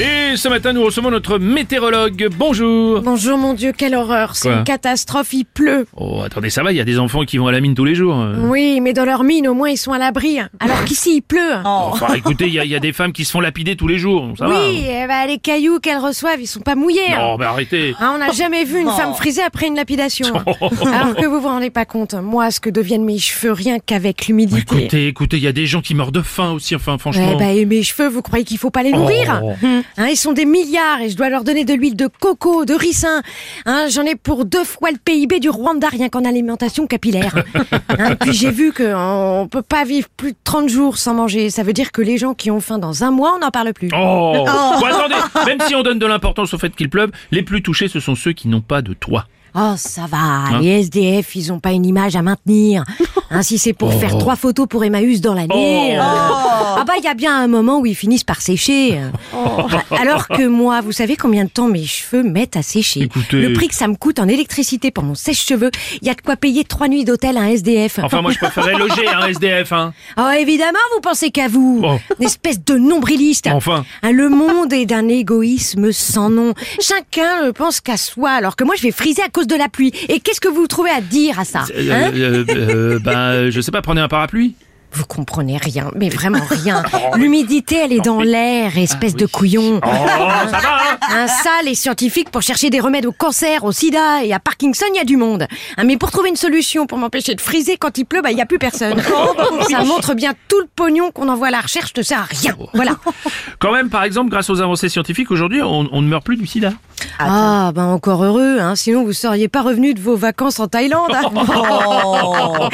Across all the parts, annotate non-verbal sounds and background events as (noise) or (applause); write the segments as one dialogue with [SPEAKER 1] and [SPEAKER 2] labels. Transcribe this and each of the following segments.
[SPEAKER 1] Et ce matin, nous recevons notre météorologue. Bonjour.
[SPEAKER 2] Bonjour mon Dieu, quelle horreur, c'est
[SPEAKER 1] Quoi
[SPEAKER 2] une catastrophe, il pleut.
[SPEAKER 1] Oh, attendez, ça va, il y a des enfants qui vont à la mine tous les jours. Euh,
[SPEAKER 2] Oui, mais dans leur mine au moins ils sont à l'abri, hein. alors qu'ici il pleut. hein.
[SPEAKER 1] Enfin, écoutez, il y, a- il y a des femmes qui se font lapider tous les jours, ça
[SPEAKER 2] oui, eh ben, les cailloux qu'elles reçoivent, ils sont pas mouillés.
[SPEAKER 1] va.
[SPEAKER 2] hein.
[SPEAKER 1] Non, mais arrêtez.
[SPEAKER 2] Hein, on n'a jamais vu une femme frisée après une lapidation.
[SPEAKER 1] (laughs)
[SPEAKER 2] hein. Alors que vous vous rendez pas compte, hein. moi ce que deviennent mes cheveux rien qu'avec l'humidité.
[SPEAKER 1] Écoutez, écoutez, il y a des gens qui meurent de faim aussi, enfin, franchement.
[SPEAKER 2] Eh ben, et mes cheveux, vous croyez qu'il faut pas les nourrir
[SPEAKER 1] Oh.
[SPEAKER 2] Hein, Ils sont des milliards et je dois leur donner de l'huile de coco, de ricin. Hein, J'en ai pour deux fois le PIB du Rwanda rien qu'en
[SPEAKER 1] (laughs)
[SPEAKER 2] alimentation capillaire. Hein, puis j'ai vu qu'on peut pas vivre plus de 30 jours sans manger. Ça veut dire que les gens qui ont faim dans un mois, on n'en parle plus.
[SPEAKER 1] Oh. Bon, attendez, même si on donne de l'importance au fait qu'il pleuve, les plus touchés, ce sont ceux qui n'ont pas de toit.
[SPEAKER 2] Oh, ça va,
[SPEAKER 1] Hein
[SPEAKER 2] les SDF, ils ont pas une image à
[SPEAKER 1] (laughs)
[SPEAKER 2] maintenir. Hein, si c'est pour faire trois photos pour Emmaüs dans l'année.
[SPEAKER 1] Oh.
[SPEAKER 2] euh, Ah bah, il y a bien un moment où ils finissent par sécher. euh.
[SPEAKER 1] Oh.
[SPEAKER 2] Alors que moi, vous savez combien de temps mes cheveux mettent à sécher
[SPEAKER 1] Écoutez.
[SPEAKER 2] Le prix que ça me coûte en électricité pour mon sèche-cheveux, il y a de quoi payer trois nuits d'hôtel à un SDF.
[SPEAKER 1] Enfin, moi, je préférais loger un SDF, hein.
[SPEAKER 2] Oh, évidemment, vous pensez qu'à vous.
[SPEAKER 1] Oh.
[SPEAKER 2] Une espèce de nombriliste.
[SPEAKER 1] Enfin.
[SPEAKER 2] Hein, Le monde est d'un égoïsme sans nom. Chacun ne pense qu'à soi, alors que moi, je vais friser à cause de la pluie. Et qu'est-ce que vous trouvez à dire à ça
[SPEAKER 1] Euh,
[SPEAKER 2] hein
[SPEAKER 1] euh, euh, ben, je sais pas, prenez un
[SPEAKER 2] (laughs)
[SPEAKER 1] parapluie.
[SPEAKER 2] Vous comprenez rien, mais vraiment
[SPEAKER 1] (laughs)
[SPEAKER 2] rien. L'humidité, elle est dans l'air, espèce de couillon.
[SPEAKER 1] Oh, ça va, hein
[SPEAKER 2] Un ça, les scientifiques, pour chercher des remèdes au cancer, au sida et à Parkinson, il y a du monde. Hein, mais pour trouver une solution pour m'empêcher de friser quand il pleut, bah, il n'y a plus personne.
[SPEAKER 1] Oh, bah
[SPEAKER 2] Ça montre bien tout le pognon qu'on envoie à la recherche ne sert à rien.
[SPEAKER 1] Oh. (laughs)
[SPEAKER 2] Voilà.
[SPEAKER 1] Quand même, par exemple, grâce aux avancées scientifiques, aujourd'hui, on, on ne meurt plus du sida.
[SPEAKER 2] Ah, ben encore heureux, hein, sinon vous seriez pas revenu de vos vacances
[SPEAKER 1] (laughs)
[SPEAKER 2] en Thaïlande.
[SPEAKER 1] Oh non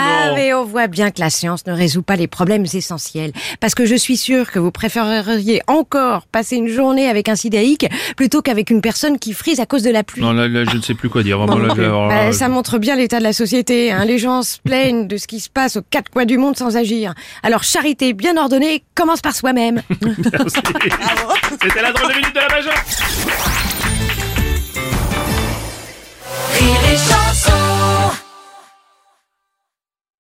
[SPEAKER 2] Ah, mais on voit bien que la science ne résout pas les problèmes essentiels. Parce que je suis sûre que vous préféreriez encore passer une journée avec un sidéique plutôt qu'avec une personne qui frise à cause de la pluie.
[SPEAKER 1] Non, là, là, je ne sais plus quoi dire. Vraiment, là, oh là, alors
[SPEAKER 2] Bah,
[SPEAKER 1] là,
[SPEAKER 2] ça montre bien l'état de la société. hein. Les gens se plaignent de ce qui se passe aux quatre coins du monde sans agir. Alors charité bien ordonnée commence par soi-même.
[SPEAKER 1] merci. C'était la drôle de minute de la majeure.
[SPEAKER 3] Rire et chanson.